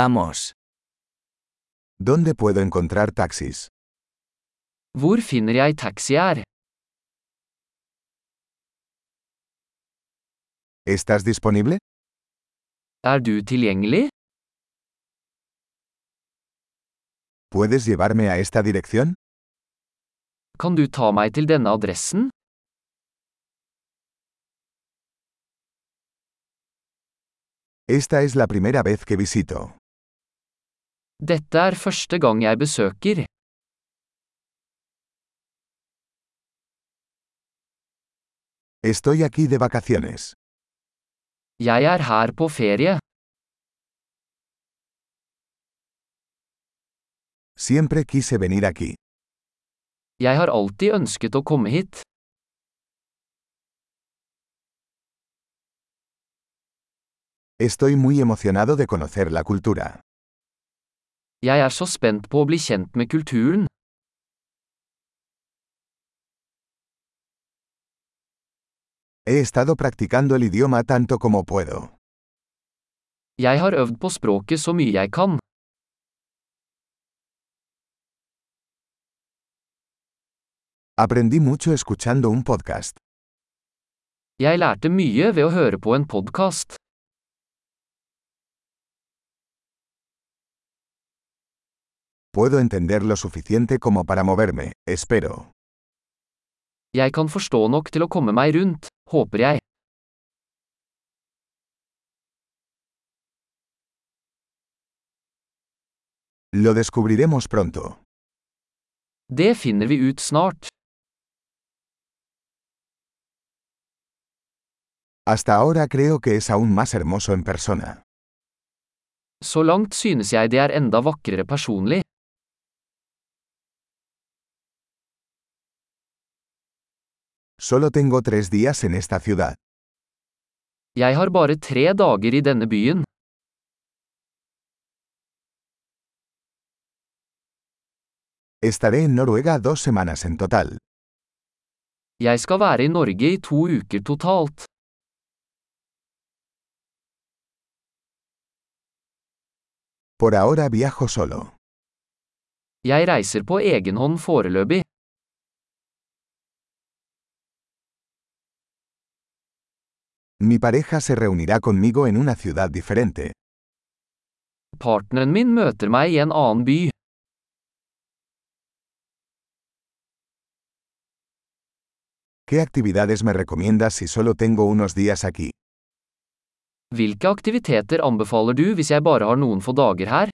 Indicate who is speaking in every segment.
Speaker 1: Vamos.
Speaker 2: ¿Dónde puedo encontrar taxis?
Speaker 1: Hvor finner jeg taxi her?
Speaker 2: ¿Estás disponible?
Speaker 1: Er du tilgjengelig?
Speaker 2: ¿Puedes llevarme a esta dirección?
Speaker 1: Kan du ta meg til denne adressen?
Speaker 2: Esta es la primera vez que visito.
Speaker 1: Dette er første gang jeg besøker.
Speaker 2: Estoy aquí de vacaciones.
Speaker 1: Jeg er her på ferie.
Speaker 2: Siempre quise venir aquí.
Speaker 1: Jeg har alltid ønsket å komme hit.
Speaker 2: Estoy muy emocionado de conocer la cultura.
Speaker 1: Jeg er så spent på å bli kjent med kulturen.
Speaker 2: He estado practicando el idioma tanto como puedo.
Speaker 1: Jeg har øvd på språket så mye jeg kan.
Speaker 2: Aprendí mucho escuchando un podcast.
Speaker 1: Jeg lærte mye ved å høre på en podkast.
Speaker 2: Puedo entender lo suficiente como para moverme, espero.
Speaker 1: Jeg kan forstå nok til å komme meg rundt, håper jeg.
Speaker 2: Lo descubriremos pronto.
Speaker 1: Det finner vi ut snart.
Speaker 2: Hasta ahora creo que es aún más hermoso en persona.
Speaker 1: Så langt synes jeg det er enda vakrere personlig.
Speaker 2: Solo tengo tres días en esta ciudad.
Speaker 1: Jeg har bare tre dager i denne byen.
Speaker 2: Estaré en Noruega dos semanas en total.
Speaker 1: Jeg skal være i Norge i to uker totalt.
Speaker 2: Por ahora viajo solo.
Speaker 1: Jeg reiser på egen hånd foreløpig.
Speaker 2: Mi pareja se reunirá conmigo en una ciudad diferente.
Speaker 1: Partneren min møter meg i en annen by.
Speaker 2: ¿Qué actividades me recomiendas si solo tengo unos días aquí?
Speaker 1: Hvilke aktiviteter anbefaler du hvis jeg bare har noen få dager her?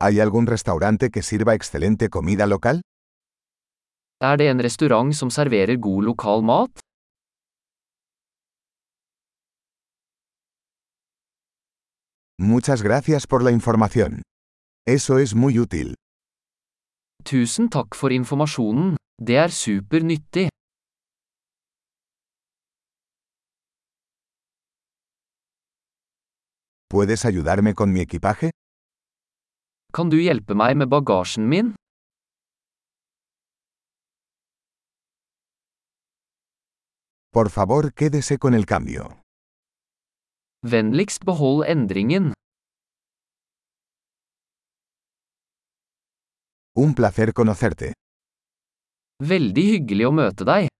Speaker 2: ¿Hay algún restaurante que sirva excelente comida local?
Speaker 1: Er det en restaurant som serverer god lokal mat?
Speaker 2: Muchas gracias por la información. Eso es muy útil.
Speaker 1: Tusen takk for informasjonen, det er super nyttig.
Speaker 2: ¿Puedes ayudarme con mi equipaje?
Speaker 1: Kan du hjelpe meg med bagasjen min?
Speaker 2: Por favor, quédese con el cambio.
Speaker 1: Vennligst behold endringen.
Speaker 2: Un placer conocerte.
Speaker 1: Veldig hyggelig å møte deg.